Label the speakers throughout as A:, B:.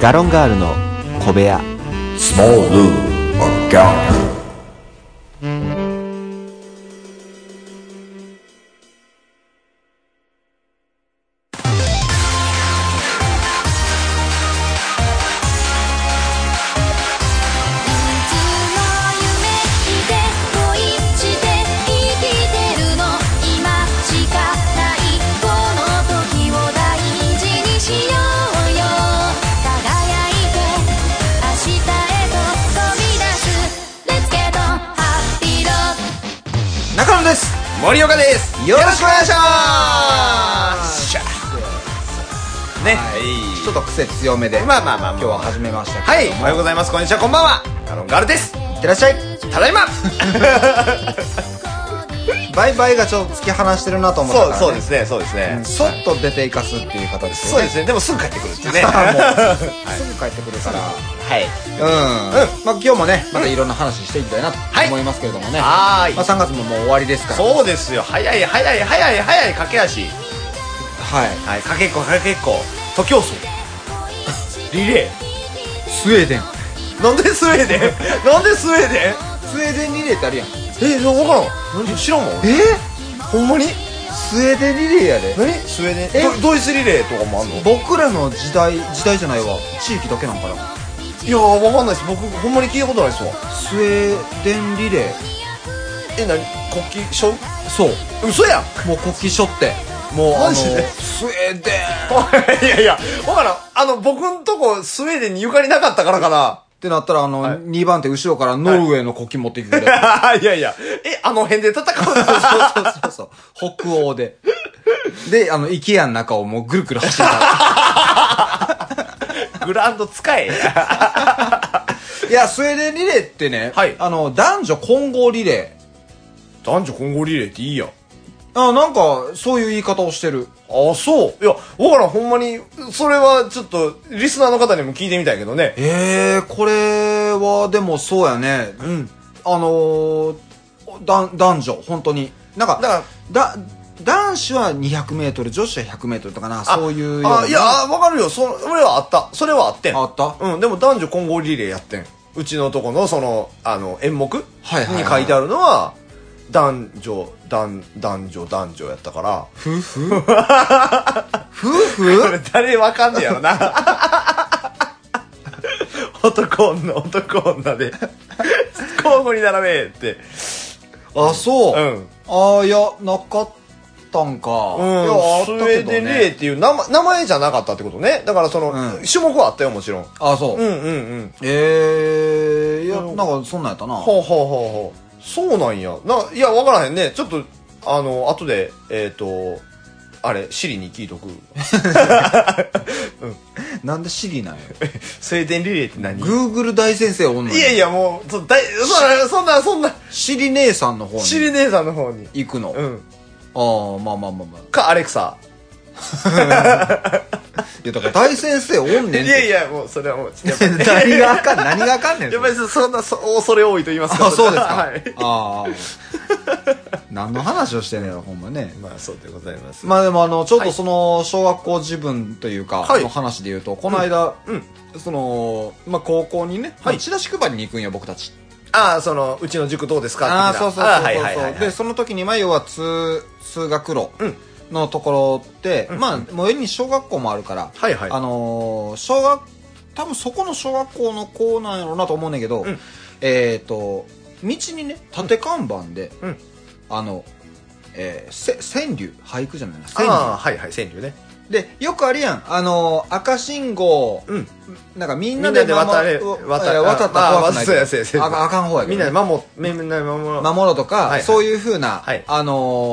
A: ガロンガールの小部屋
B: Small Lou or Gallo.
C: いつも夢見て恋して生きてるの今しかないこの時を大事にしようよ輝いて明日へと飛び出す Let's get on Happy Road
D: 中野です
E: 森岡です
D: よろしくお願いし
E: よ
D: ま
E: っ
D: す
E: しゃね
D: はいちょっ
E: と
D: と癖強めで
E: まあまあまあま
D: 今
E: あ
D: 日は始めましたけ
E: はい
D: ど
E: おはようございますこんにちはこんばんはガロンガールです
D: いってらっしゃい
E: ただいま
D: バイバイがちょっと突き放してるなと思ったか
E: そう
D: ら、ね、
E: そうですねそうですね
D: そっと出ていかすっていう方です
E: そう
D: よ
E: で
D: ね
E: すねでもすぐ帰ってくるって いうね
D: あ
E: は
D: もうすぐ帰ってくるから
E: い
D: うん、まあ、今日もねまたいろんな話していきたいなと
E: い
D: 思いますけれどもね、
E: はーい
D: まあ、3月ももう終わりですから
E: そうですよ早い早い早い早い駆け足
D: はい
E: はい駆けっこ駆けっこ徒競走リレー
D: スウェーデン
E: なんでスウェ ーデンなんでスウェーデン
D: スウェーデンリレーってあるやん
E: え分からん何知らんわ俺
D: え
E: ほんまに
D: スウェーデンリレーやで
E: 何スウェー
D: え
E: デンドドイツリレーとかもあんの
D: 僕らの時代時代じゃないわ地域だけなんかない
E: やーわかんないです僕ほんまに聞いたことないですわ
D: スウェーデンリレー
E: え何国旗しょ
D: そう
E: 嘘やん
D: もう国旗しょってもうあの
E: マジで
D: スウェーデンっ
E: いやいやわからんあの僕んとこスウェーデンにゆかりなかったからかな
D: てなったらあの、2番手後ろからノルウェーの国旗持ってくるや
E: いやいやえあの辺で戦うんで
D: つ
E: す
D: そうそうそうそう北欧でであの IKEA の中をもうぐるぐる走ってた
E: グラウンド使え
D: いやスウェーデンリレーってね、
E: はい
D: あの男女混合リレー
E: 男女混合リレーっていいやん
D: あなんかそういう言い方をしてる
E: あそういやわからんほんまにそれはちょっとリスナーの方にも聞いてみたいけどね
D: ええー、これはでもそうやね
E: うん
D: あのー、だ男女本当になんか
E: だから
D: だ男子は 200m 女子は 100m とかなそういうような
E: あいやわかるよそそれはあったそれはあってん
D: あった
E: うんでも男女混合リレーやってんうちのとこのそのあの演目に
D: はいはいはい
E: 書いてあるのは男女男男女男女やったから
D: 夫 婦夫婦
E: れ誰わかんねや ろな男女男 女で交互に並べって
D: あそう、
E: うん
D: ああいやなかったんか、
E: うん
D: いやあっ
E: スウ
D: たけ
E: ェー
D: ど
E: デンリレー
D: ね
E: っていう名前名前じゃなかったってことねだからその、
D: うん
E: 種目はあったよもちろん
D: あそう、
E: うんうんうん
D: ええいやなんかそんなんやったな
E: はあ、はあはあはあ、そうなんやないやわからへんねちょっとあの後でえっ、とあれシリに聞いとく
D: なんでシリなんや
E: スウェーデンリレーって何い
D: グーグル大先生おんのに
E: やいやもうそだいそんなそんな
D: シリ姉さんの方
E: シ
D: に
E: リ姉さんの方に
D: 行くの、
E: うん
D: ああまあまあまあまあ
E: かアレクサ
D: いやだから大先生おん
E: い
D: ねんって
E: やいやもうそれはもうやっぱり
D: 何があかん何があかんねん
E: やっぱりそそんなそ恐れ多いと言いますか
D: あそうですか、
E: はい
D: ああ何の話をしてんねやろほんまね
E: まあそうでございます
D: まあでもあのちょっ
E: は
D: と
E: い
D: その小学校自分というか、
E: はい
D: の話で言うとこの間、
E: うん
D: そのまあ高校にね、
E: は
D: ま
E: い
D: あチラシ配りに行くんよ僕たち
E: ああそのうちの塾どうですか
D: ああ
E: 的
D: そうそうそうそ
E: な
D: う、
E: はいはいはいはい
D: でその時にまあ要は通通学路
E: うん
D: のところって、
E: ん
D: まあ最寄りに小学校もあるから、
E: はいはい
D: あのー小学多分そこの小学校の子なんやろうなと思うねんけど、
E: うん
D: えっ、と道にね縦看板で、
E: うん
D: あの、えー、せ川柳俳句じゃないな川柳
E: ああはいはい川柳ね
D: でよくあるやんあのー赤信号
E: うん
D: なんかみん
E: み
D: なん
E: な
D: で
E: で渡れ
D: まま
E: 渡
D: えー
E: れ
D: 渡ったら怖くない
E: まあまあそうやそうやそうや
D: ああかん方やけどね、
E: みんなで守みんなで守ろう
D: 守ろうとか、
E: はいはい
D: そういうふうな、
E: はい
D: あ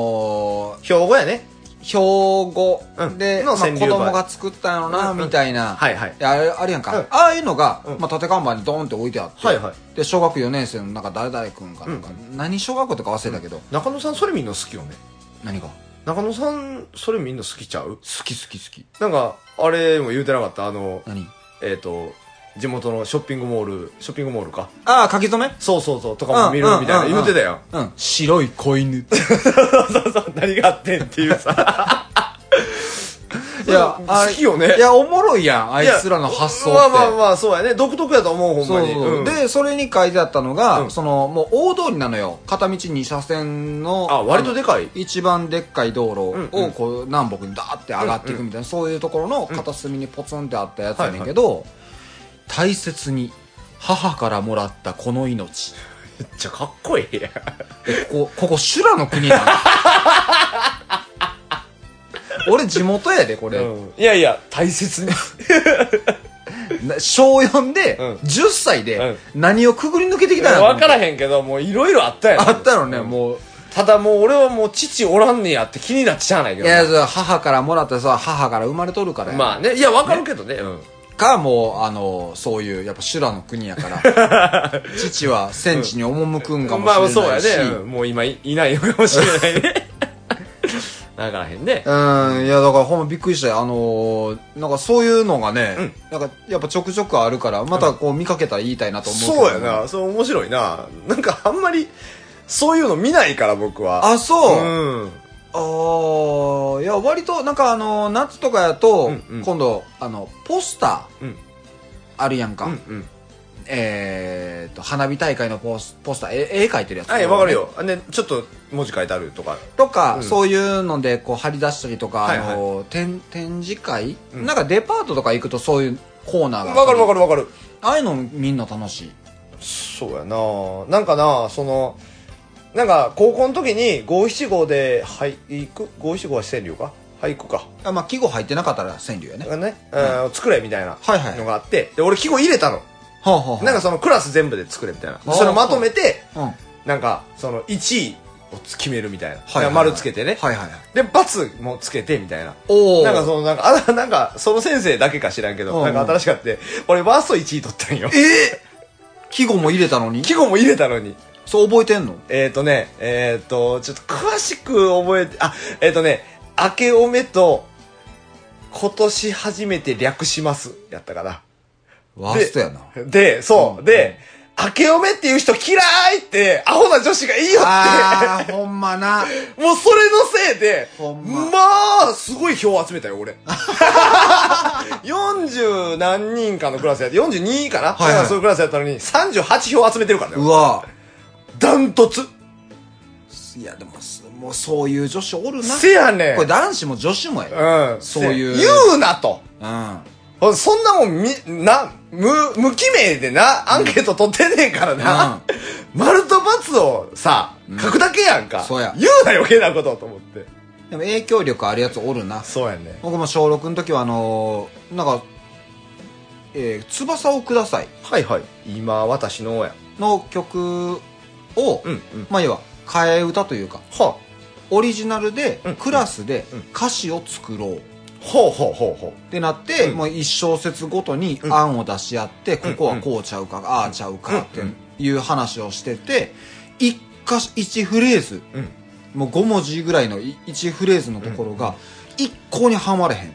D: のー
E: 標語やね
D: 標語
E: うん
D: で、
E: の
D: まあ
E: 川
D: 子
E: 柳
D: 供が作ったよな、
E: うんうん
D: みたいな、
E: はいはい
D: あれあるやんか、
E: うん
D: ああいうのが、
E: うん
D: まあ、縦看板にドーンって置いてあって、
E: はいはい
D: で小学4年生のなんか誰々君かなんか、何小学校とか忘れたけど、
E: 中野さんそれみんな好きよね
D: 何が好
E: 中野さんそれみんな好きちゃう
D: き好き好き
E: なんかあれも言うてなかったあの
D: 何
E: えっと地元のショッピングモールショッピングモールか
D: ああ書き初め
E: そうそうそうとかも見るみたいな言うてたやん
D: うん、白 い子犬
E: そうそうそう何があってんっていうさ
B: いや、あれ
E: 好きよね
B: いや、おもろいやん、あ
E: あ
B: いつらの発想って。
E: まあまあまあ、そうやね。独特やと思う、ほん
B: そ
E: ま
B: う
E: に。
B: そう
E: うん
B: で、それに書いてあったのが、
E: うん
B: その、もう大通りなのよ。片道2車線の。
E: あ、割とでかい。
B: 一番でっかい道路
E: うんう
B: を
E: ん
B: こう南北にダーって上がっていくみたいな、そういうところの片隅にポツンってあったやつやねんけど、大切に母からもらったこの命
E: めっちゃかっこいいやん。
B: えここここ修羅の国なの 俺地元やでこれ、
E: いやいや、大 切に。
B: な小4で
E: うん
B: 10歳で何をくぐり抜けてきたの
E: わからへんけど、もういろいろあったやん。
B: あったのね、もう
E: ただもう俺はもう父おらんねやって気になっちゃわないけ
B: い
E: どな。
B: やそれは母からもらったさ母から生まれとるからや
E: まあね、いや、わかるけどね。うん。
B: かもうあのそういうやっぱ修羅の国やから 父は戦地に赴くんかもしれ
E: ま
B: な
E: あ
B: いし、
E: そうやね。うんもう今いいないのかもしれない ね。わからへんね。
B: うんいやだからほんまびっくりしたよあのーなんかそういうのがね、なんかやっぱちょくちょくあるからまたこう見かけたら言いたいなと思うけど
E: そうやな。そう面白いな。なんかあんまり、そういうの見ないから僕は。
B: あそう、
E: うん。
B: あーいや割となんかあの夏とかやと、
E: うんうん
B: 今度あのポスター、
E: うん
B: あるやんか、
E: うんうん。
B: えー、と花火大会のポスポスター絵絵描いてるやつ
E: はい、わかるよ。あね、ちょっと文字書いてあるとか。
B: とか、
E: うん
B: そういうのでこう貼り出したりとか、
E: はいはい
B: あの展展示会、
E: うん
B: なんかデパートとか行くとそういうコーナーが
E: わかるわか
B: る
E: るわかる。
B: ああいうのみんな楽しい
E: そうやななんかなそのなんか高校の時に五七五で俳句五七五は川柳か俳句か
B: あまあ季語入ってなかったら川柳やね
E: なんかね、うん、作れみたいな
B: はいはい
E: のがあってで俺記号入れたの
B: はあ、はあ、
E: なんかそのクラス全部で作れみたいな
B: あ
E: でそれまとめて
B: うん、はい
E: なんかその1位を決めるみたいな、
B: はいはい
E: 丸つけてね、
B: はいはい
E: で×もつけてみたいな
B: おお
E: なんかそのなんかあなんかその先生だけか知らんけど、
B: うんうん
E: なんか新しかって俺ワースト1位取ったんよ
B: えー、季語も入れたのに
E: 記号も入れたのに
B: そう覚えてんの
E: えっ、ー、とね、えっ、ー、と、ちょっと詳しく覚えて、あ、えっ、ー、とね、明けおめと、今年初めて略します、やったかな。
B: ワーストやな
E: で、そう、
B: うん
E: で、明けおめっていう人嫌いって、アホな女子がいいよっ
B: あーほんま な
E: て、もうそれのせいで、
B: ほんま
E: まあ、すごい票集めたよ、 俺。40何人かのクラスやって、42かな、
B: はいはい
E: だからそういうクラスやったのに、38票集めてるから
B: う
E: ね。
B: わ
E: ダントツ。
B: いやでもすもうそういう女子おるな
E: せやねん。
B: これ男子も女子もやで
E: うん、
B: そういう
E: 言うなと。
B: うん
E: そんなもんみ、な、無、無記名でな、アンケート取ってねえからな。丸と×をさ、書くだけやんか。
B: そうや
E: 言うな余計なことと思って。
B: でも影響力あるやつおるな
E: そうやね。
B: 僕も小6の時はあのーなんか、えー翼をください
E: はいはい。今、私のや。」
B: の曲を、
E: うんうん。
B: まあ要は替え歌というか
E: は
B: オリジナルで、
E: うん
B: クラスで
E: うん
B: 歌詞を作ろうっ
E: あ、ほうほうほうほ
B: てなって、
E: うん
B: もう一小節ごとに
E: うん
B: 案を出し合って、ここはこうちゃうか、ああちゃうかっていう話をしてて一箇所一フレーズ
E: う。うん。
B: もう5文字ぐらいのい一フレーズのところが一向にはまれへん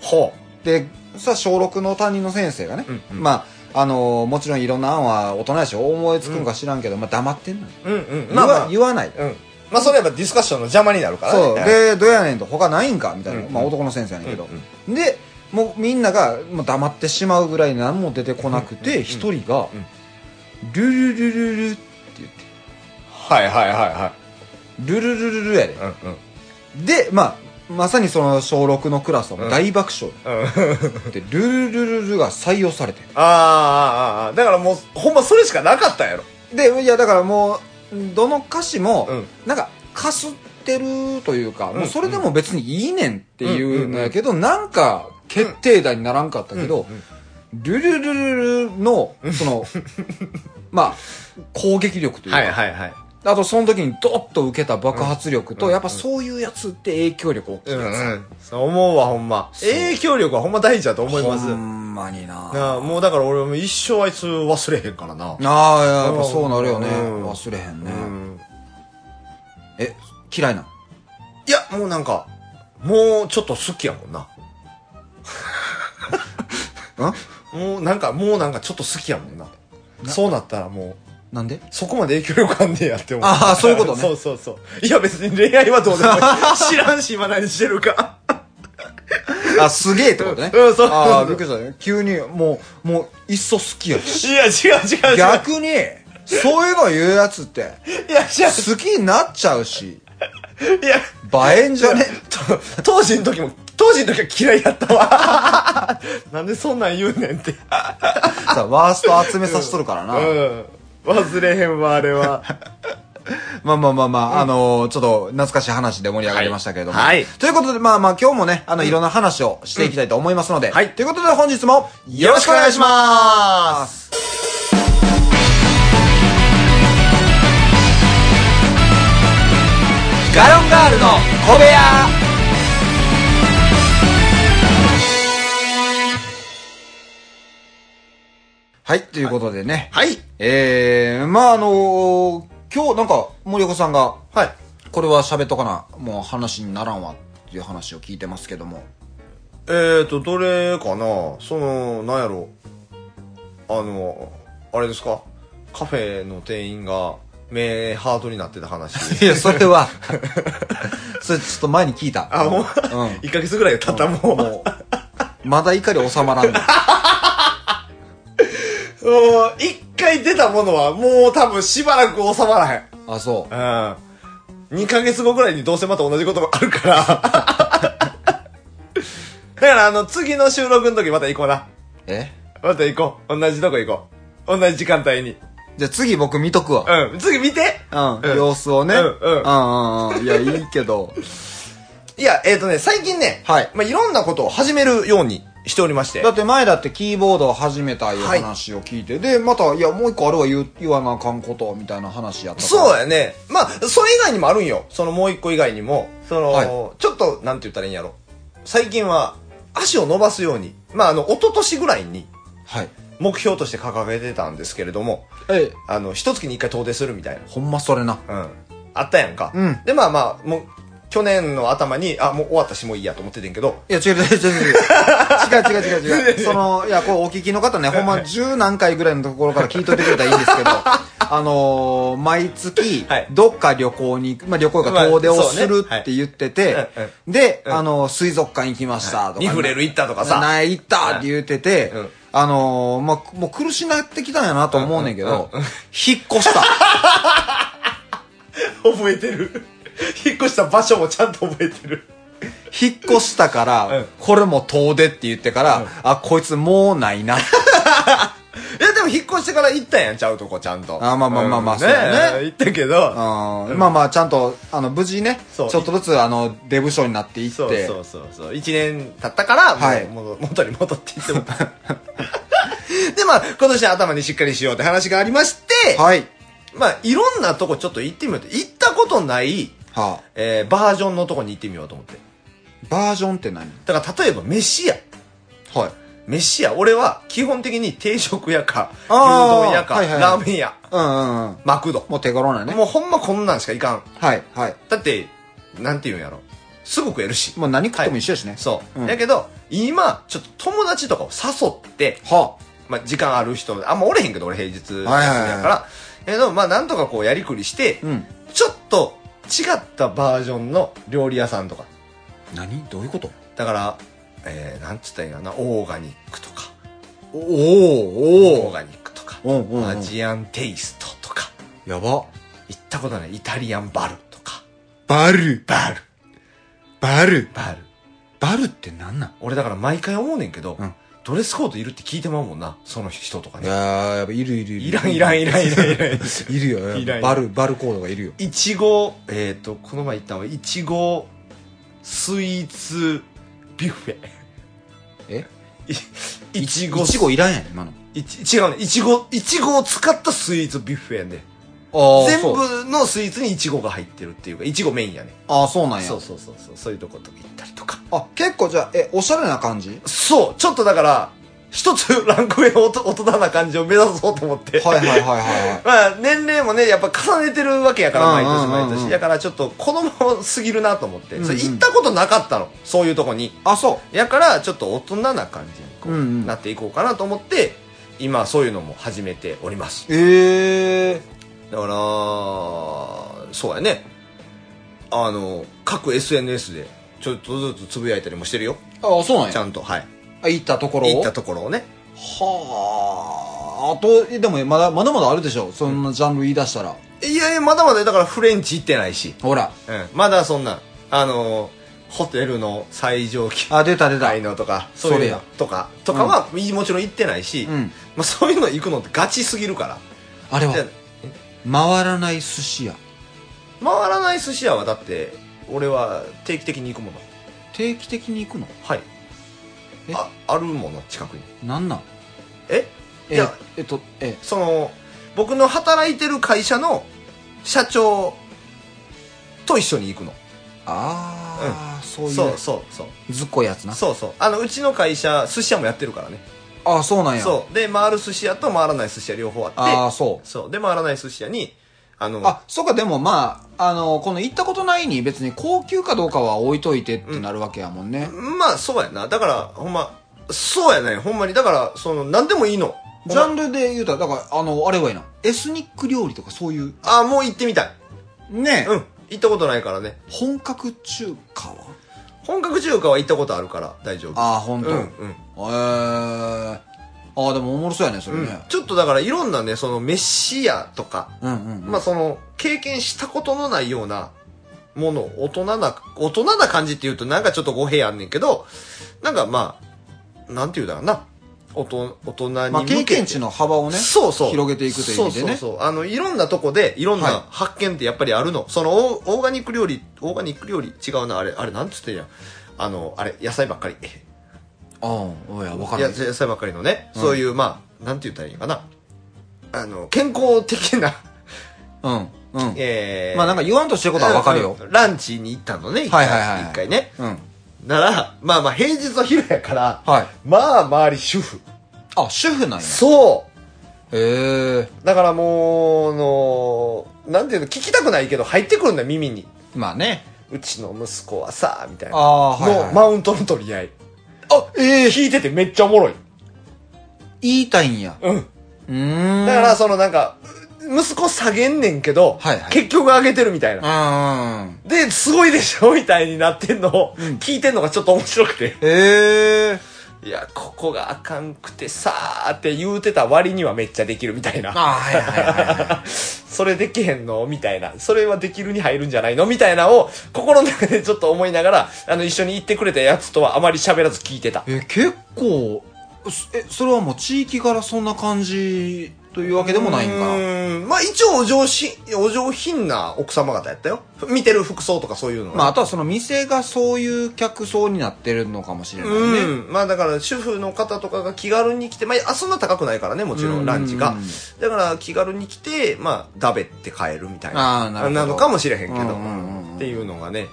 E: ほ
B: でさ小6の担任の先生がね、
E: うんうん
B: まああのーもちろんいろんな案は大人やし思いつくんか知らんけど、まあ黙ってんのよ、
E: う。うんうん。
B: ま
E: ま
B: あ
E: あ、まあ、
B: 言わない、
E: うん。まあ、それやっぱディスカッションの邪魔になるからね。
B: そうでどうやねんと他ないんかみたいな、
E: うんうん
B: まあ、男の先生やねんけど、
E: うん
B: でもうみんながもう黙ってしまうぐらい何も出てこなくて一、人が、ルルルルル」って言って
E: はいはいはいは
B: 「ルルルルル」やで
E: い。うんうん。
B: でまあまさにその小6のクラスはもう大爆笑で「ルルルルル」が採用されて
E: ああ、ああ、ああ。だからもう、ほんまそれしかなかったんやろ。
B: でいやだからもうどの歌詞も、
E: うん
B: なんかかすってるというか、
E: ん
B: もうそれでも別にいいねんっていうのやけど、なんか決定打にならんかったけど、ルルルルルのそ のまあ攻撃力というか、
E: はいはい。
B: あとその時にドッと受けた爆発力と、やっぱそういうやつって影響力大きい
E: うん
B: やつ、
E: うん、そう思うわほんま
B: う
E: 影響力はほんま大事だと思います
B: ほんまにな
E: なあもうだから俺も一生あいつ忘れへんからな
B: ああやっぱそうなるよね、
E: うん
B: 忘れへんね、
E: うん
B: え嫌いなん
E: いやもうなんかもうちょっと好きやもんな
B: うん
E: もうなんかもうなんかちょっと好きやもんなそうなったらもう
B: なんで
E: そこまで影響力あんねやって思う
B: ああそういうことね
E: そうそう そういや別に恋愛はどうでもいい知らんし今何してるか
B: あ、すげえってことね。
E: うんそう
B: あーびっくりしたね。急に、もう、もう、いっそ好きやし。
E: いや、違う違う違う。いや、
B: 逆に、そういうの言うやつって、
E: 違う。
B: 好きになっちゃうし、
E: いや、
B: 映えんじ ゃね
E: と当時の時も、当時の時は嫌いやったわ。 なんでそんなん言うねんって。
B: さ、ワースト集めさしとるからな。
E: うん。忘れへんわ、あれは。
B: まあまあまあまあ、あのーちょっと懐かしい話で盛り上がりましたけれども。
E: はいはい
B: ということで、まあまあ今日もね、あの、いろんな話をしていきたいと思いますので。
E: はい
B: ということで本日もよろしくお願いしますガロンガールの小部屋はい、ということでね。
E: はい。
B: ええまああの今日なんか森岡さんが、
E: はい。
B: これは喋っとかな、もう話にならんわっていう話を聞いてますけども。
E: えーと、どれかなその、なんやろ。あの、あれですかカフェの店員が、目、ハートになってた話。
B: い や、それは、それちょっと前に聞いた。
E: あ、も
B: うん
E: う、1ヶ月ぐらい経った、もう。も
B: もう、まだ怒り収まらんの。
E: う、一回出たものは、もう多分しばらく収まらへん。
B: あ、そう。
E: うん。2ヶ月後ぐらいにどうせまた同じことがあるから。 だからあの、次の収録の時また行こうな。
B: え
E: また行こう。同じとこ行こう。同じ時間帯に。
B: じゃあ次僕見とくわ。
E: うん。次見て
B: うん、
E: うん
B: 様子をね。
E: うんうん
B: うん、うん。いや、いいけど。
E: いや、えっ、とね、最近ね、
B: はい
E: まあ、いろんなことを始めるようにしておりまして。
B: だって前だってキーボードを始めたいう話を聞いて、で、また、いや、もう一個あるわ言う言わなあかんこと、みたいな話やったから。
E: そうやね。まあ、それ以外にもあるんよ。そのもう一個以外にも。その、
B: はい
E: ちょっと、なんて言ったらいいんやろ。最近は、足を伸ばすように。まあ、あの、一昨年ぐらいに、
B: はい。
E: 目標として掲げてたんですけれども、
B: え、
E: あの、一月に一回遠出するみたい
B: ほんまそれな。
E: な。うん。あったやんか。
B: うん
E: で、まあまあ、もう、去年の頭に、あ、もう終わったし、もういいやと思っててん けど、
B: いや、違う違う違う違う。違う違う違う違う。 その、いや、こう、お聞きの方ね、ほんま十何回ぐらいのところから聞いといてくれたらいいんです けど、あのー毎月
E: はい、
B: どっか旅行に行く、まあ旅行
E: ま
B: が
E: あ
B: 遠出を
E: そうね
B: するって言ってて
E: はい、
B: で、
E: ん
B: あのー水族館行きましたとか。
E: ニフレル行ったとかさ
B: ない行ったって言ってて
E: うん、
B: あのーまあ、もう苦しなってきたんやなと思うねんけど、引っ越した。
E: 覚え てる。引っ越した場所もちゃんと覚えてる。
B: 引っ越したから、
E: うん
B: これも遠出って言ってから、あ、こいつもうないな。
E: いや、でも引っ越してから行ったんやん、ちゃうとこちゃんと。
B: あまあまあまあまあ
E: ん
B: そうやね
E: 行ったけど、
B: うんまあまあ、ちゃんと、あの、無事ね、ち
E: そ
B: ょ
E: う
B: っとずつ、あの、出部署になっていって、
E: そうそうそうそう1年経ったから、
B: はい
E: もうもう元に戻っていっても でまあ今年は頭にしっかりしようって話がありまして、
B: はい。
E: まあいろんなとこちょっと行ってみようって行ったことない、
B: はあ、
E: えーバージョンのとこに行ってみようと思って
B: バージョンって何
E: だから例えば飯屋
B: はい。
E: 飯屋俺は基本的に定食屋か牛
B: あー
E: 丼屋か、
B: はいはいはい
E: ラーメン屋
B: うんうんうん。
E: マクド、
B: もう手頃なね。
E: もうほんまこんなんしかいかん
B: はい、はい。
E: だってなんていうんやろすぐ食えるし
B: もう何食っても一緒やしね。
E: そう、
B: うん
E: だけど今ちょっと友達とかを誘って
B: は
E: まあ、時間ある人、あんまおれへんけど、俺平日休みだから。
B: はいはいはい
E: えでも、まあ、なんとかこう、やりくりして、
B: あ、うん。
E: ちょっと違ったバージョンの料理屋さんとか。
B: 何どういうこと
E: だから、えー、なんつったらいいかな、オーガニックとか、
B: おお
E: オー
B: お
E: ガニックとか、
B: おうんうんうん
E: アジアンテイストとか、
B: やば。
E: 行ったことないイタリアンバルとか、
B: バル。
E: バル、
B: バル。
E: バル。
B: バルって何なん
E: 俺だから毎回思うねんけど、
B: うん
E: ドレスコードいるって聞いてまうもんな、その人とか
B: い
E: ね。
B: やー、やっぱいるいるいる。
E: いらんいらんいらんいらんいらん。
B: いるよ。
E: いらんいらん
B: バル、バルコードがいるよ。
E: いちご、えっ、と、この前行ったのは、いちご、スイーツ、ビュッフェ。
B: え
E: いいちご、
B: いちごいらんやん、今の。
E: いち違うね。いちご、いちごを使ったスイーツビュッフェやね。
B: あ
E: 全部のスイーツにいちごが入ってるっていうか、いちごメインやね。
B: ああ、そうなんや。
E: そうそうそうそう。そういうとことか行ったりとか。
B: あ、結構じゃあ、え、おしゃれな感じ
E: そうちょっとだから、一つ ランク上の大人大人な感じを目指そうと思って。
B: はいはいはいはい はい。
E: まあ、年齢もね、やっぱ重ねてるわけやから、毎年
B: うんうんうんうん
E: 毎年。だからちょっと子供すぎるなと思って。
B: んうん
E: それ行ったことなかったの。そういうとこに。
B: あ、そ
E: やから、ちょっと大人な感じにこう、
B: うんうん
E: なっていこうかなと思って、今そういうのも始めております。
B: う。ええ
E: だから、そうやね。あの、各 SNS でちょっとずつつぶやいたりもしてるよ
B: ああ、そうなん
E: ちゃ
B: や。
E: んとはい
B: あ行ったところを
E: 行ったところをね
B: はあ。あと、でもまだ、まだまだあるでしょ。そんなジャンル言い出したら。
E: いやいやまだまだだからフレンチ行ってないし、
B: ほら。
E: うん、まだそんなあのホテルの最上級
B: あ、出た出た
E: 高い。のとか
B: そ
E: そう
B: れ
E: いう
B: や
E: のとかとかは、もちろん行ってないし、
B: うん
E: まあ、そういうの行くのってガチすぎるから
B: あれは
E: じゃあ、
B: 回らない寿司屋。
E: 回らない寿司屋はだって俺は定期的に行くもの
B: 定期的に行くの
E: はい
B: え
E: ああるもの近くに
B: なんなん
E: えい
B: え
E: や、
B: えっと、え、
E: その僕の働いてる会社の社長と一緒に行くの
B: ああ、そう
E: そ
B: いう
E: そうそう
B: う、ずっこいやつな。
E: そうそうあのうちの会社寿司屋もやってるからね
B: ああ、そうなんや。
E: そうで回る寿司屋と回らない寿司屋両方あって
B: ああ、そう。
E: そうで回らない寿司屋にあの
B: あ、そうか、でもまあ、あの、この行ったことないに別に高級かどうかは置いといてってなるわけやもんね。
E: まあそうやなだからほんまそうやねほんまにだからその何でもいいの
B: ジャンルで言うたら、だから、あの、あれはいいな。エスニック料理とかそういう。
E: ああもう行ってみたい
B: ね
E: うん行ったことないからね
B: 本格中華は
E: 本格中華は行ったことあるから大丈夫
B: ああ、ほんと。
E: うん
B: え
E: うん
B: ー、ああ、でもおもろそうやね、それ
E: うん
B: ね。
E: ちょっとだからいろんなねその飯屋とか、
B: うん、うん、うん。
E: まあその経験したことのないようなもの大人な大人な感じって言うとなんかちょっと語弊あんねんけどなんかまあなんて言うだろうな大人大人に向けて、
B: まあ、経験値の幅をね、
E: そうそう
B: 広げていくという意味でね。
E: そうそうそうあのいろんなとこでいろん
B: はい
E: な発見ってやっぱりあるの、そのオーオーガニック料理オーガニック料理違うなあれあれなんつってんやあのあれ野菜ばっかり
B: ああ、おや、わか
E: い
B: ら
E: や
B: ない。
E: 野菜ばっかりのね、そういうまあなんて言ったらいいのかなあの健康的な
B: うん、うん。
E: えー、
B: まあ、なんか言わんとしてることはわかるよ。
E: うんランチに行ったのね一
B: は
E: 回,、
B: いはいはい
E: 一回ね
B: うん。
E: ならまあまあ平日の昼やから、
B: はい
E: まあ周り主婦
B: あ、主婦なんや。
E: そう
B: へえ。
E: だからもう、あの、なんていうの、聞きたくないけど、入ってくるんだよ、耳に。
B: まあね。
E: うちの息子はさ、みたいな。
B: あーはいはい
E: の、マウントの取り合い。
B: あ、ええ
E: 聞いててめっちゃおもろい。
B: 言いたいんや。
E: うん。
B: うーん。
E: だから、そのなんか、息子下げんねんけど、
B: はいはい
E: 結局上げてるみたいな。
B: ら、うん。
E: で、すごいでしょみたいになってんのを、聞いてんのがちょっと面白くて。
B: ええ
E: いや、ここがあかんくてさーって言うてた割にはめっちゃできるみたいな。
B: ああ、はいはいはいはい。
E: それできへんのみたいな。それはできるに入るんじゃないのみたいなのを、心の中でちょっと思いながら、あの、一緒に行ってくれたやつとはあまり喋らず聞いてた。
B: え、結構、すえ、それはもう地域からそんな感じというわけでもないんか
E: う
B: な。
E: ーんまあ一応お上し、お上品な奥様方やったよ。見てる服装とかそういうのは
B: まあ、あとはその店がそういう客層になってるのかもしれないね。
E: うん。まあだから主婦の方とかが気軽に来て、まあそんな高くないからね、もち
B: う
E: ろ
B: ん
E: んランチ
B: う
E: が
B: ん。
E: だから気軽に来て、まあ食べて帰るみたい
B: あー
E: な。
B: なるほど
E: なのかもしれへんけど
B: うんうんうん。
E: っていうのがね、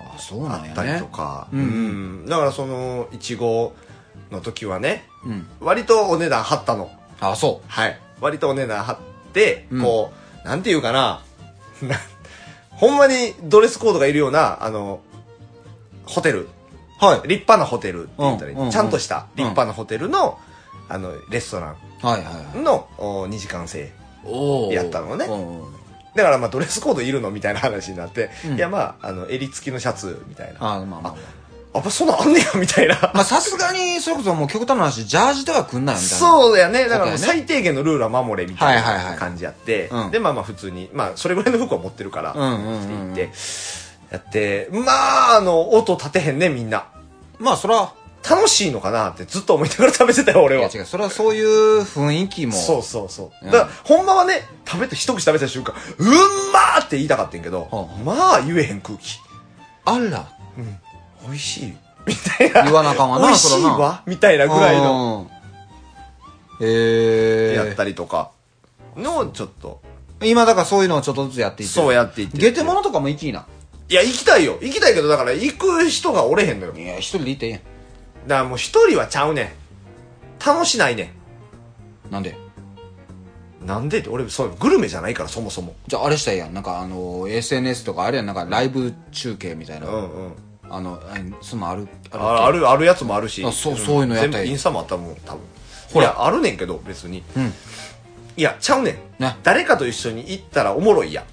B: あ、そう
E: あ
B: なん
E: ったり
B: や
E: と
B: ね。
E: か。
B: うん
E: うんだからその、いちごの時はね、
B: うん。
E: 割とお値段張ったの。
B: あ、そ
E: はい。割とお値段張って、
B: うん
E: こう、なんていうかな、 なほんまにドレスコードがいるような、あの、ホテル、
B: う。はい。
E: 立派なホテルって言ったらいい、
B: うんうんうん
E: ちゃんとした立派なホテルの、あの、レストラ
B: はいはいはい。
E: ンのお2時間制。
B: おー
E: やったのね
B: うんうん
E: だからまあドレスコードいるのみたいな話になって、
B: うん
E: いやまあ、あの、襟付きのシャツみたいな。あ、
B: あ、まあまあ。
E: やっぱそんなんあんねや、みたいな。
B: まあさすがに、それこそもう極端な話、ジャージでは来んなよみたいな。う。
E: そうだよね。だか
B: そうだよ
E: ら
B: ね
E: 最低限のルールは守れみたい
B: はいはいは
E: ない感じやって
B: うん、
E: で、まあまあ普通に、まあそれぐらいの服は持ってるから、
B: うんうんうんうん
E: 着ていって、やって、まあ、あの、音立てへんね、みんな。
B: まあそら、
E: 楽しいのかなってずっと思いながら食べてたよ、俺
B: いや
E: は。
B: 違う、それはそういう雰囲気も。
E: そうそうそう。
B: うん
E: だから、ほんまはね、食べて、一口食べた瞬間、うんまーって言いたかったんやけど
B: はあ、
E: まあ言えへん空気。
B: あら、
E: 美味しい。みたいな。
B: 言わなあかんわな
E: 美味しい
B: そらな
E: わ。みたいなぐらいの。
B: の。え
E: やっ
B: え
E: たりとか。の、ちょっと。
B: 今だからそういうのをちょっとずつやっていってる。
E: そうやっていってる
B: ゲテモノとかも行きいいな。
E: いや、行きたいよ。行きたいけど、だから行く人がおれへんのよ。
B: いや、一人で行っていいや
E: だからもう一人はちゃうねん。楽しないね
B: ん。なんで
E: ん。なんでって、俺、そう、グルメじゃないから、そもそも。
B: じゃああれしたらいいやん。なんかあの、SNS とかあれやん。なんかライブ中継みたいな。
E: うんうん。
B: あの、あそんなんある、
E: ああ
B: るっ
E: る、あるやつもあるし。
B: あそうんそういうのやったら
E: 全
B: いい
E: 部インスタもあったもん、多分。
B: ほ
E: ほ
B: ら
E: ら、あるねんけど、別に。
B: うん。
E: いや、ちゃうねん。
B: ね
E: 誰かと一緒に行ったらおもろいやん。
B: け。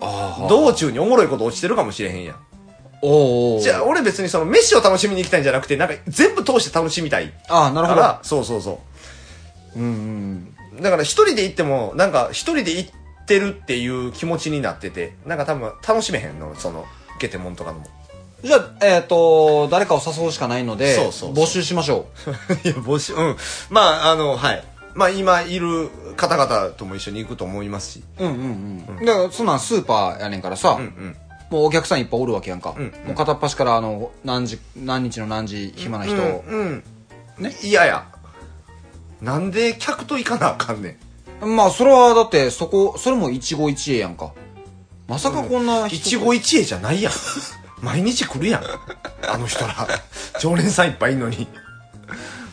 B: ああ。
E: 道中におもろいこと落ちてるかもしれへんやん。
B: おおうおう
E: じゃあ、俺別にその、飯を楽しみに行きたいんじゃなくて、なんか全部通して楽しみたい。
B: ああ、な
E: だ
B: る
E: か
B: ほど
E: ら、。そうそうそ
B: うんうん。
E: う。だから一人で行っても、なんか一人で行ってるっていう気持ちになってて、なんか多分楽しめへんの、その、ゲテモンとか のも。
B: じゃあ、えっ、と、誰かを誘うしかないので、
E: そうそうそう
B: 募集しましょ
E: いや、募集、うん。まあ、あの、はい。まあ、今いる方々とも一緒に行くと思いますし。
B: う。うんうんうん。だから、そんなんスーパーやねんからさ、
E: うんうん。
B: もうお客さんいっぱいおるわけやんか。
E: うん
B: もう片っ端から、あの、何時、何日の何時、暇な人、
E: うん。
B: ね
E: ね。いやいや。なんで客と行かなあかんねん。
B: まあ、それはだって、そこ、それも一期一会やんか。まさかこんな人と、
E: 一期一会じゃない やん。毎日来るやん。あの人ら。常連さんいっぱいいんのに。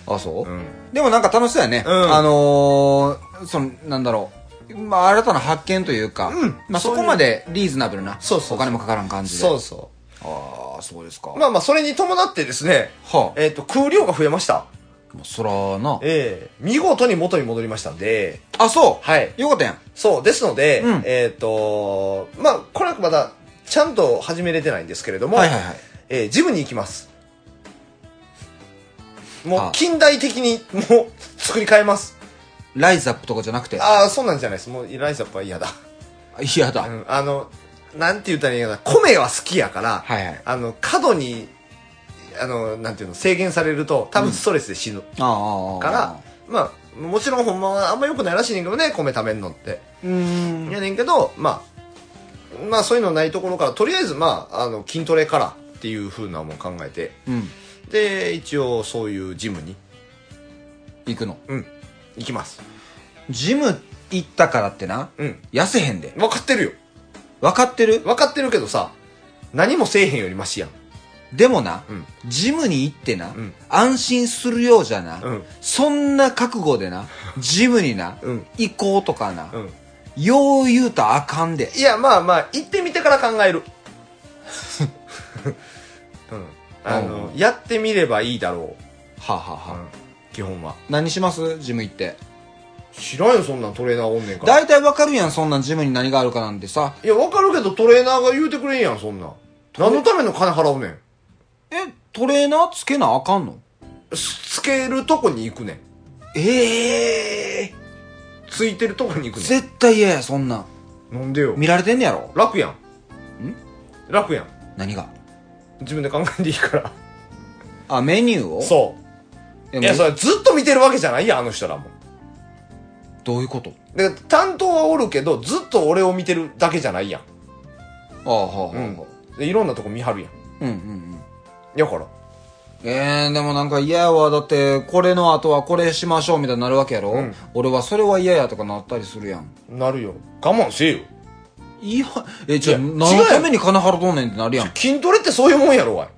B: あ、そう、
E: ん
B: でもなんか楽しそうやね。
E: うん
B: あのー、その、なんだろう。まあ、新たな発見というか、
E: ん
B: まあそ
E: そういう
B: こまでリーズナブルな、
E: そうそうそう
B: お金もかからん感じで。
E: そうそ
B: ああ、そうですか。
E: う。まあまあ、それに伴ってですね、
B: はあ
E: えっ、と、空量が増えました。
B: まあ、そらな。
E: ええ見事に元に戻りましたんで、
B: あ、そう。
E: はい。
B: よかったやん。
E: そう、ですので、
B: うん
E: えっ、と、まあ、これはまだ、ちゃんと始めれてないんですけれども、
B: はいはいはい
E: えージムに行きます。も
B: あ
E: う、近代的に、もう、作り変えます。
B: ライズアップとかじゃなくて。
E: ああ、そうなんじゃないです。もう、ライスアップは嫌だ。
B: 嫌だ
E: う。ん、あの、なんて言ったらいいかな、米は好きやから、
B: はいはい
E: あの、過度に、あの、なんていうの、制限されると、多分ストレスで死ぬ。
B: ああああ。
E: から、まあ、もちろんほんまはあんま良くないらしいねんけどね、米食べんのって。
B: うーん。
E: やねんけど、まあ、まあそういうのないところから、とりあえずまあ、あの、筋トレからっていう風なもん考えて、
B: うん。
E: で、一応そういうジムに、
B: 行くの。
E: うん、行きます。
B: ジム行ったからってな、
E: うん。
B: 痩せへんで。
E: 分かってるよ。
B: 分かってる
E: 分かってるけどさ、何もせえへんよりマシやん。
B: でもな、
E: うん
B: ジムに行ってな、
E: ん
B: 安心するようじゃな、
E: うん
B: そんな覚悟でな、ジムにな、
E: うん
B: 行こうとかな、
E: うん。
B: よう言うたらあかんで。
E: いや、まあまあ、行ってみてから考える。 うん。あの、やってみればいいだろ
B: はあ、は
E: う。
B: あはあ
E: 基本は。
B: 何しますジム行って。
E: 知らんよ、そんなんトレーナーおんねんから。
B: 大体わかるやん、そんなんジムに何があるかなんてさ。
E: いや、わかるけどトレーナーが言うてくれんやん、そんなん。何のための金払うねん。
B: え、トレーナーつけなあかんの
E: つけるとこに行くねん。
B: ええ
E: ついてるとこに行くね
B: 絶対嫌や、そんなん。
E: ん。なんでよ。
B: 見られてんねやろ
E: 楽やん。楽やん。
B: 何が
E: 自分で考えていいから。
B: あ、メニューを
E: そう。
B: で
E: い
B: も
E: や、それずっと見てるわけじゃないやん、あの人らも。
B: どういうこと
E: で、担当はおるけど、ずっと俺を見てるだけじゃないやん。
B: ああ、はあ、はあ、
E: うん
B: はあ。
E: で、いろんなとこ見張るやん。
B: うんうんうん。
E: やから。
B: えー、でもなんか嫌やわ。だって、これの後はこれしましょうみたいになるわけやろ、
E: うん
B: 俺はそれは嫌やとかなったりするやん。
E: なるよ。我慢せえよ。
B: いや、え、じゃあ、
E: いや
B: 何
E: 違う
B: の
E: や
B: た
E: ん
B: めに金払うとんねんってなるやん。
E: 筋トレってそういうもんやろ、わい。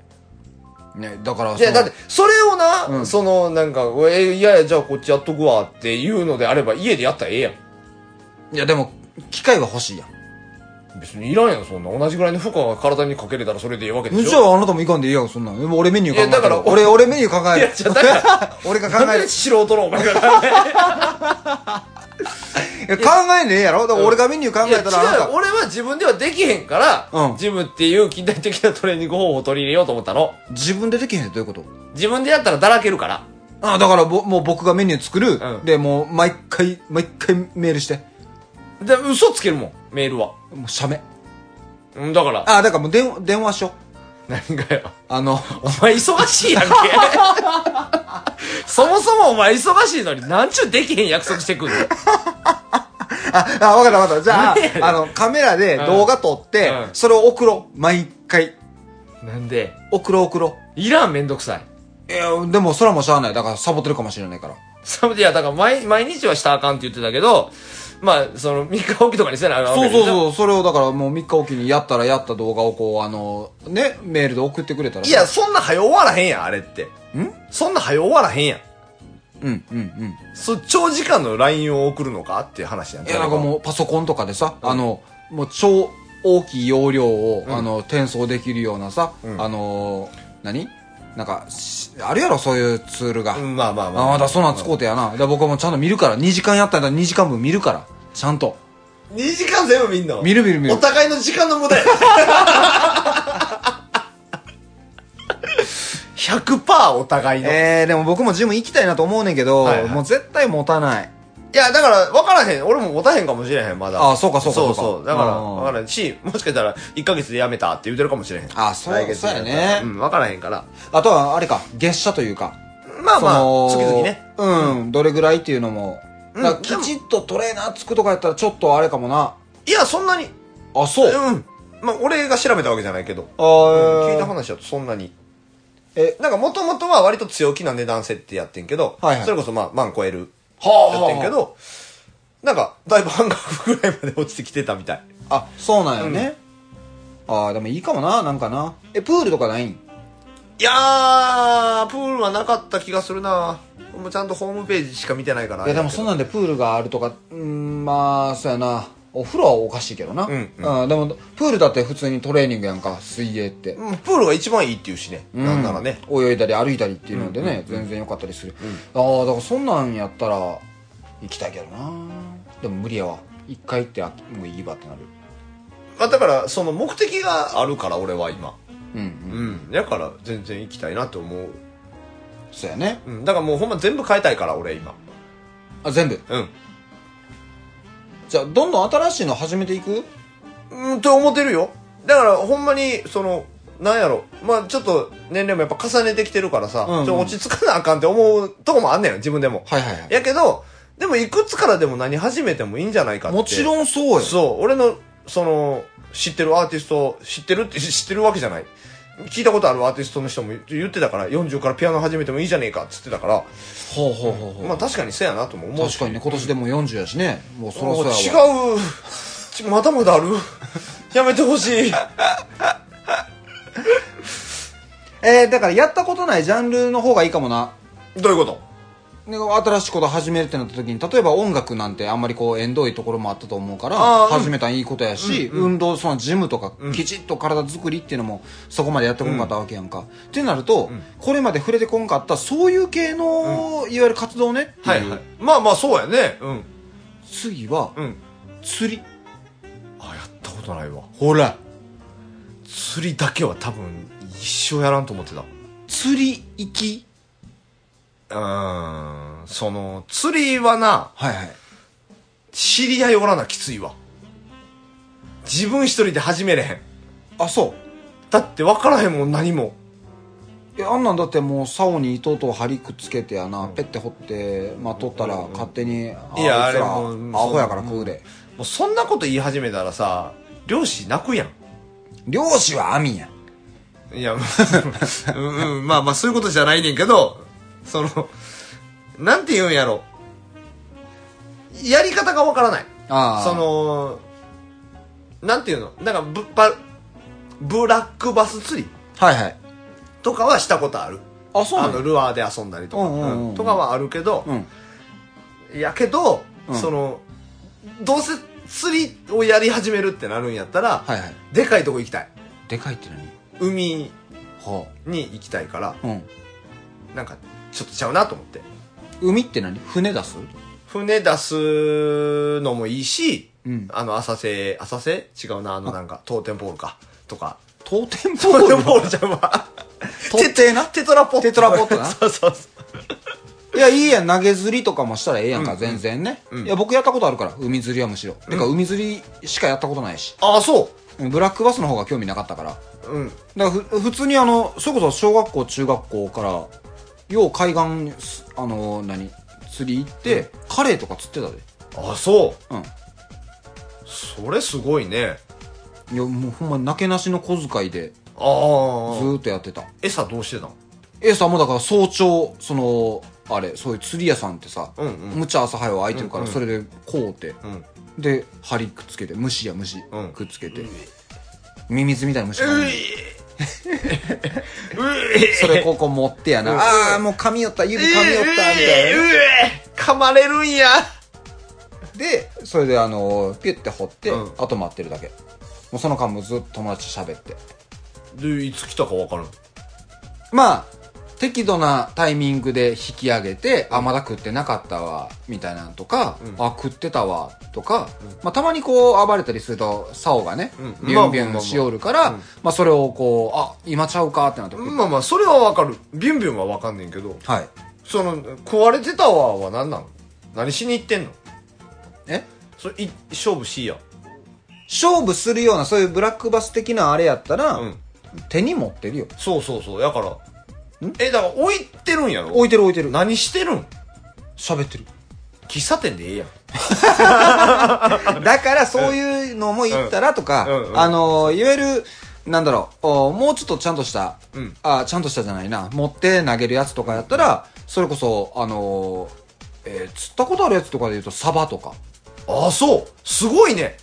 B: ね、だから、
E: いや、
B: その
E: だって、、それをな、
B: うん
E: その、なんか、え、いやいや、じゃあこっちやっとくわっていうのであれば、家でやったらええやん。
B: いやでも、機械は欲しいやん。
E: 別にいらんやん、そんな。同じぐらいの負荷が体にかけれたらそれでいいわけでしょ。
B: じゃああなたもいかんでいいやん、そんなん。俺メニュー考え
E: いやだから
B: る俺、俺メニュー考え
E: い
B: る
E: や、じゃあだから、
B: 俺が考
E: な
B: え
E: ん
B: る
E: で。素人のお前が考え
B: いや考えねえやろだから俺がメニュー考
E: いや違
B: えたらあな
E: うよ俺は自分ではできへんから、
B: うん
E: ジムっていう近代的なトレーニング方法を取り入れようと思ったの。
B: た、自分でできへんってどういうこと
E: 自分でやったらだらけるから。
B: あだからぼ、もう僕がメニュー作る。
E: うん
B: で、もう、毎回、毎回メールして。
E: で、嘘つけるもん、メールは。
B: もう、写メ。
E: うん、だから。
B: あ、だからもう電話、電話しよう。
E: 何がよ。
B: あの、
E: お前忙し いやんけ。そもそもお前忙しいのに、なんちゅうできへん約束してくんの。
B: あ、あわかったわかった。じゃ
E: 何やねん
B: あ、あの、カメラで
E: うん
B: 動画撮って
E: う、ん
B: それを送ろう。毎回。
E: なんで、
B: 送ろう送ろ
E: いらんめんどくさい。
B: う。いや、でもそれはもうしゃあない。だからサボってるかもしれないから。
E: サムいや、だから毎、毎日はしたらあかんって言ってたけど、まあ、その、3日おきとかにせなあかんわ
B: そ
E: け
B: う
E: でし
B: そ
E: ょ
B: うそう。それをだからもう3日おきにやったらやった動画をこう、あの、ね、メールで送ってくれたら。
E: いや、、そんな早終わらへんやん、あれって。んそんな早終わらへんやん。
B: うんうんうん。
E: そう、長時間の LINE を送るのかっていう話やん。
B: いや、なんかもうパソコンとかでさ、あの、もう超大きい容量を、あの、転送できるようなさ、
E: ん
B: あの、何なんか、しあるやろ、そういうツールが。
E: うんまあまあまあ。
B: あまだそんなん使うてやな。で僕はもうちゃんと見るから。2時間やったんだ2時間分見るから。ちゃんと。
E: 2時間全部見んの
B: 見る見る見る
E: お互いの時間の無駄や。
F: 100%お互いの。
B: えー、でも僕もジム行きたいなと思うねんけど、
F: はいはい
B: もう絶対持たない。
F: いや、だから、分からへん。俺も持たへんかもしれへん、まだ。
B: あそうかそうか
F: そ
B: そ
F: う
B: うか
F: そう。だから、
B: うん
F: 分からへんし、もしかしたら、1ヶ月で辞めたって言うてるかもしれへん。
B: あそう
F: 来月で辞めた
B: そうやね
F: うん、分からへんから。
B: あとは、あれか、月謝というか。
F: まあまあ、
B: そ
F: 月
B: の
F: 々ね。。
B: うん、どれぐらいっていうのも。
F: うん
B: だからきちっとトレーナーつくとかやったらちょっとあれかもな。
F: いや、そんなに。
B: あ、そう。あ
F: うん。まあ、俺が調べたわけじゃないけど。
B: ー
F: 聞いた話だとそんなに。
B: え
F: なんかもともとは割と強気な値段設定やってんけど、
B: はいはい
F: それこそまあ万超える
B: はあ
F: やってんけど、なんかだいぶ半額ぐらいまで落ちてきてたみたい。
B: あ、そうなんよね。ああ、でもいいかもな、なんかな。え、プールとかないん
F: いやー、プールはなかった気がするなもうちゃんとホームページしか見てないから。
B: いや、でもそんなんでプールがあるとか、うん、まあ、そうやな。お風呂はおかしいけどな。
F: うんうん
B: あでも、プールだって普通にトレーニングやんか、水泳って。
F: うんプールが一番いいっていうしね。なんならね。
B: 泳いだり歩いたりっていうのでね、全然良かったりする、ああだからそんなんやったら行きたいけどなでも無理やわ一回行ってあもういいわってなる
F: まあだから、その目的があるから俺は今。
B: うんう
F: うんん。だから全然行きたいなと思う。
B: そうやね
F: うん。だからもうほんま全部変えたいから俺今。
B: あ全部
F: うん。
B: じゃあどんどん新しいの始めていく
F: うん、と思ってるよ。だから、ほんまに、その、なんやろ。まあちょっと、年齢もやっぱ重ねてきてるからさ、
B: うんうん
F: ちょっと落ち着かなあかんって思うとこもあんねんよ、自分でも。
B: はいはいはい
F: やけど、でも、いくつからでも何始めてもいいんじゃないかって。
B: もちろんそうよ
F: そう、俺の、その、知ってるアーティスト、知ってるって、 知ってるわけじゃない。聞いたことあるアーティストの人も言ってたから、40からピアノ始めてもいいじゃねえかっつってたから、
B: ほうほうほうほう、
F: まあ確かにせやなとも思うし。
B: 確かにね今年でもう40やしねもうそろ
F: も
B: そうろ
F: 違
B: やわ
F: う ちまだまだあるやめて ほしい
B: えー、だからやったことないジャンルの方がいいかもな
F: どういうこと
B: で新しいこと始めるってなった時に例えば音楽なんてあんまりこう縁遠いところもあったと思うから
F: あーうん
B: 始めたらいいことやし、運動そのジムとかきちっと体作りっていうのもそこまでやってこなかったわけやんか、ってなると、これまで触れてこんかったそういう系の、いわゆる活動ねっていう、
F: はいはい。まあまあ、そうやね。うん。
B: 次は、
F: うん。
B: 釣り
F: あ、やったことないわ。
B: ほら
F: 釣りだけは多分、一生やらんと思ってた。う
B: 釣り行き
F: ーん。その、釣りはな、
B: はいはい
F: 知り合いおらなきついわ。自分一人で始めれへん。
B: あそ
F: だって分からへんもん、何も。
B: ういやあんなんだってもう竿に糸と針くっつけてやな、ペッて掘ってまあ取ったら勝手に、
F: いや
B: あいつら
F: あれもう
B: アホやから食うで、
F: もうそんなこと言い始めたらさ、漁師泣くやん。
B: 漁師は網や
F: いや、 うんうん、まあまあそういうことじゃないねんけど、その、なんて言うんやろ。やり方がわからない。
B: ああ
F: その、なんていうのなんかブ、ばブラックバス釣り
B: はいはい
F: とかはしたことある。
B: あそうな
F: あ
B: の
F: の、ルアーで遊んだりとか、
B: うんうんうん
F: とかはあるけど、
B: うん
F: やけど、
B: うん
F: その、どうせ釣りをやり始めるってなるんやったら、
B: はいはい
F: でかいとこ行きたい。
B: でかいって何
F: 海
B: は
F: に行きたいから、
B: あうん
F: なんか、ちょっとちゃうなと思って。
B: 海って何船出す
F: 船出すのもいいし、
B: うん
F: あの、浅瀬、浅瀬違うな、あの、なんか、トーテンポールか。とか。
B: トーテン
F: ト
B: ポ
F: ーテン
B: ー
F: ポールじゃんわ。
B: トッテーな
F: テトラポット。
B: テトラポットな
F: そうそうそ
B: ルいやいいやん投げ釣りとかもしたらええやんか、全然ね、
F: ん
B: いや僕やったことあるから海釣りはむしろ、てか海釣りしかやったことないし
F: う。ああ、そ
B: ブラックバスの方が興味なかったからだか
F: う。うん。
B: らふ普通にあのそれこそ小学校中学校からよう海岸すあの何釣り行って、カレーとか釣ってたで
F: ああ、そう。
B: うん
F: それすごいね。
B: いやもうほんまなけなしの小遣いでず
F: ああ。
B: ーっとやってた
F: 餌どうしてたの
B: A さんもだから早朝そのあれそういう釣り屋さんってさ、
F: うんうん
B: むちゃ朝早う空いてるから、
F: うんうん
B: それでこうて、
F: ん
B: で針くっつけて虫や虫、
F: うん
B: くっつけて、ミミズみたいな虫が
F: ういうい
B: それここ持ってやな、
F: うん
B: ああもう噛み寄った指噛み寄ったみたいな、
F: うい噛まれるんや。
B: でそれであのーピュッて掘って、
F: うん
B: あと待ってるだけもうその間もずっと友達と喋って
F: で、いつ来たかわからん。
B: まあ適度なタイミングで引き上げて、あ、まだ食ってなかったわ、みたいなのとか、
F: うん
B: あ、食ってたわ、とか、まあ、たまにこう、暴れたりすると、竿がね
F: うん、
B: ビュンビュンしおるから、
F: まあま
B: ま
F: あまあ
B: あ、それをこう、あ、今ちゃうかってなって、
F: まあまあ、それはわかる。ビュンビュンはわかんねんけど、
B: はい。
F: その、食われてたわは何なの何しに行ってんの
B: え
F: それ、い勝負しいや。
B: 勝負するような、そういうブラックバス的なあれやったら、
F: うん。
B: 手に持ってるよ。
F: そうそうそう。だから、え、だから置いてるんやろ
B: 置いてる置いてる。
F: 何してるん
B: 喋ってる。
F: 喫茶店でええ やん。
B: だからそういうのも言ったらとか、
F: うんうん
B: あのいわゆる、なんだろう、おもうちょっとちゃんとした、
F: うん
B: あちゃんとしたじゃないな、持って投げるやつとかやったら、それこそ、あのえー釣ったことあるやつとかで言うと、サバとか。
F: あ、そう。すごいね。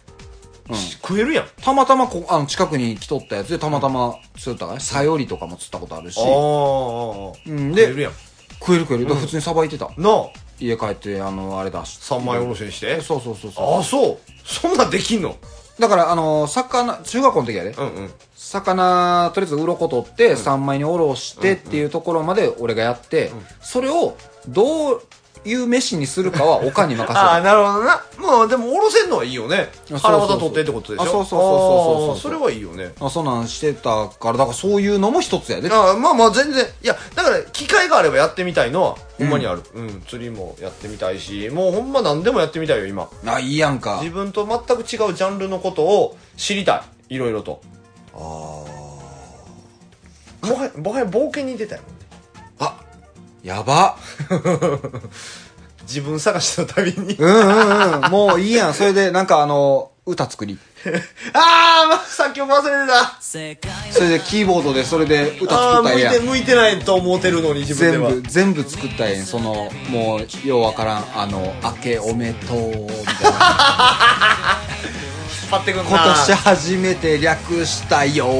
B: うん
F: し食えるやん。あ
B: たまたまこあの近くに来とったやつでたまたま釣ったからね、サヨリとかも釣ったことあるし
F: あ、ー。
B: うん
F: 食
B: で
F: えるやん。
B: 食える食える。だから普通にさばいてた。
F: なあ、
B: 家帰って、あの、あれだし。
F: 三枚おろしにして。
B: そうそうそうそう。
F: ああ、そう。そんなんできんの
B: だから、あの、魚、中学校の時やで、
F: うんうん。
B: 魚、とりあえず鱗取って、三枚におろしてっていうところまで俺がやって、それをどういう飯にするかはおかんに任
F: ああ、
B: せる。
F: なるほどな。まあ、でも、おろせんのはいいよね。
B: そうそう
F: 腹渡取ってってことでしょ。
B: あそうそうそうそうそう
F: あーそれはいいよね。
B: あそんなんしてたから、だからそういうのも一つやで。
F: あーまあまあ、全然。いや、だから、機会があればやってみたいのは、ほんまにある。うん、釣りもやってみたいし、もうほんま何でもやってみたいよ、今。
B: あ、いいやんか。
F: 自分と全く違うジャンルのことを知りたい。いろいろと。ああ。もはや、もはや冒険に出たよ。
B: あ、やば。
F: 自分探しの旅に。
B: うんうんうん。もういいやん。それで、なんかあの、歌作り。
F: ああ、まあ、さっきも忘れてた。
B: それでキーボードで、それで歌
F: あ
B: 作
F: あ
B: ったらええやん
F: 向いて。向いてないと思ってるのに自分で
B: 全
F: は
B: 部、全部作ったらええん。その、もう、ようわからん、あの、明けおめとう、みたい な。
F: 張ってくんな
B: 今年初めて略したよ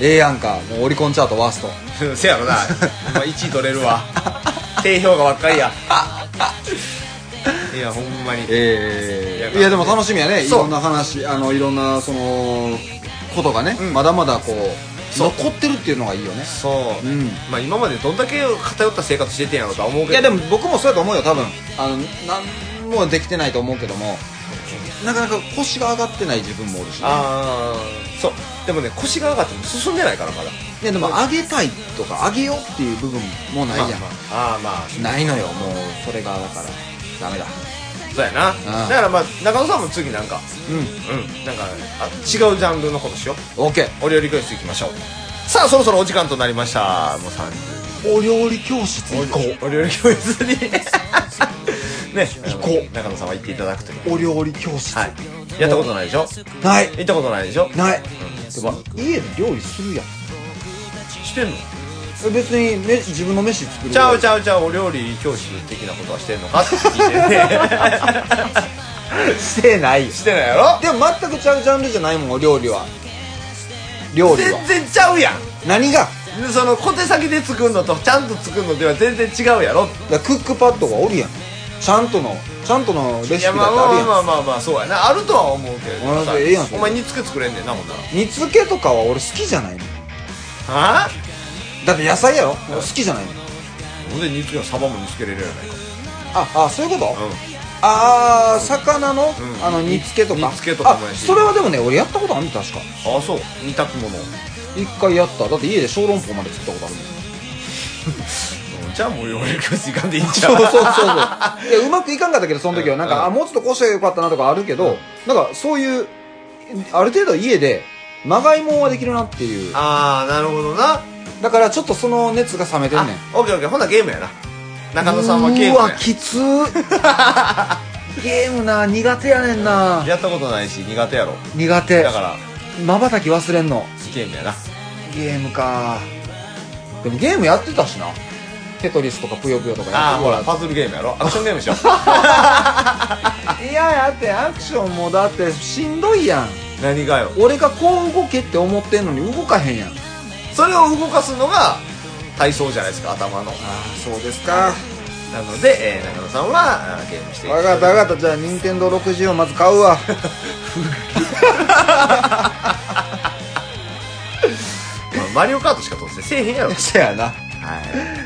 B: ええやんかもうオリコンチャートワースト
F: せやろなまあ1位取れるわ低評価ばっかりやいやほんまに
B: え
F: え
B: いやでも楽しみやねい
F: そう
B: ろんな話あのいろんなそのことがね、まだまだこう
F: そう
B: 残ってるっていうのがいいよね
F: そう、
B: うん
F: まあ今までどんだけ偏った生活しててんやろとは思うけど
B: いやで
F: も
B: も僕もそうやと思うよ多分あの何もできてないと思うけどもなかなか腰が上がってない自分もおるし、ね、
F: ああそうでもね腰が上がっても進んでないからま
B: い
F: だ
B: やでも上げたいとか上げようっていう部分もないやん、
F: ああーまあ
B: ないのよもうそれがだからダメだ
F: そうやな
B: うん
F: だからまあ中野さんも次なんか
B: うん
F: うんなんかあ違うジャンルのことしよう
B: OK
F: お料理教室行きましょうさあそろそろお時間となりましたもう3時
B: お料理教室
F: 行こうお料理教室に ね行こう中野さんは行っていただくという
B: お料理教室
F: はいやったことないでしょ
B: ない
F: 行ったことないでしょ
B: ない
F: うん
B: でも家で料理するやん
F: してんの
B: 別にめ自分の飯作る
F: ちゃうちゃうちゃうお料理教室的なことはしてんのかって聞いて
B: うしてないよ
F: ね してないやろ
B: でも全くちゃうジャンルじゃないもんお料理は料理
F: 全
B: は
F: 然ちゃうやん
B: 何が
F: その小手先で作るのとちゃんと作るのでは全然違うやろ
B: だからクックパッドがおるやんちゃんとのちゃんとのレシピ
F: い
B: だ
F: や
B: って
F: まあ
B: あ
F: ま
B: る
F: あま
B: や
F: あまあまあそうやなあるとは思うけ
B: あ
F: どさ
B: ええやんそれ
F: お前煮つけ作れんねんなほんなら
B: ん煮付けとかは俺好きじゃないの
F: はあ
B: だって野菜やろ好きじゃないの
F: ほんで煮つけはサバも煮つけれるやないか
B: ああそういうこと
F: うん
B: ああ魚の
F: ん
B: あの煮付けとか
F: 煮付けとかもや
B: あ
F: し
B: それはでもね俺やったことあるの確か
F: ああそう煮炊くもの
B: 一回やっただって家で小籠包まで作ったことある もん
F: じゃあもう料理教室行かんでいいんちゃ
B: そう
F: う
B: そうそうそう いやうまくいかんかったけどその時はなんか、
F: うん
B: あもうちょっとこうしたらよかったなとかあるけど、なんかそういうある程度家でまがいもんはできるなっていう
F: ああなるほどな
B: だからちょっとその熱が冷めてんねん
F: あオッケーオッケーほなゲームやな中野さんはゲー
B: う
F: ム
B: わ
F: や
B: きつ ーゲームな苦手やねんな
F: やったことないし苦手やろ
B: 苦手
F: だから
B: まばたき忘れんの
F: ゲームやな
B: ゲームかでもゲームやってたしなテトリスとかぷよぷよとか
F: あ
B: や
F: あ
B: って
F: ほ
B: た
F: らパズルゲームやろアクションゲームしよう
B: いやだってアクションもだってしんどいやん
F: 何がよ
B: 俺がこう動けって思ってんのに動かへんやんあ
F: それを動かすのが体操じゃないですか頭の
B: あそうですか
F: なので、えー中野さんはあーゲームしてい
B: わかったわかったじゃあ任天堂64まず買うわ
F: まあマリオカートしか通してせえへんやろ
B: そやな
F: は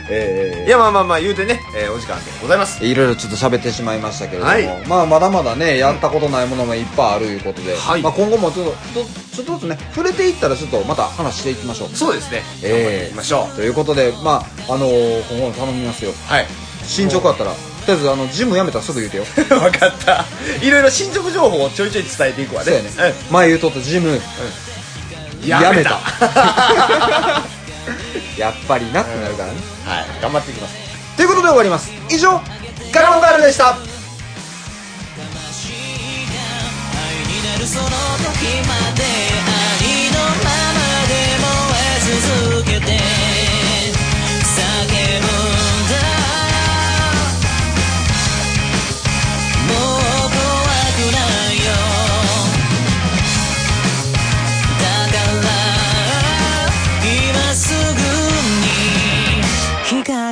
B: え
E: いやまあまあまあ言うてね、えーお時間でございます
B: ーいろいろちょっと喋ってしまいましたけれども、
E: はい
B: まあまだまだね、やったことないものもいっぱいあるいうことで、
E: はい
B: まあ今後もちょっと、ちょっとずつね、触れていったらちょっとまた話していきましょう。
E: そうですね頑張って
B: え
E: い
B: え
E: きましょう、
B: ということで、まあ、あのー今後も頼みますよ。
E: はい
B: 進捗あったら、とりあえず、あの、ジム辞めたらすぐ言う てよ。
E: 分かったいろいろ進捗情報をちょいちょい伝えていくわね
B: そうやね。前言うとったジム、
E: うんや めた
B: やっぱりなってなるからね。
E: はい頑張っていきます
B: ということで終わります。以上、ガラモンガールでした。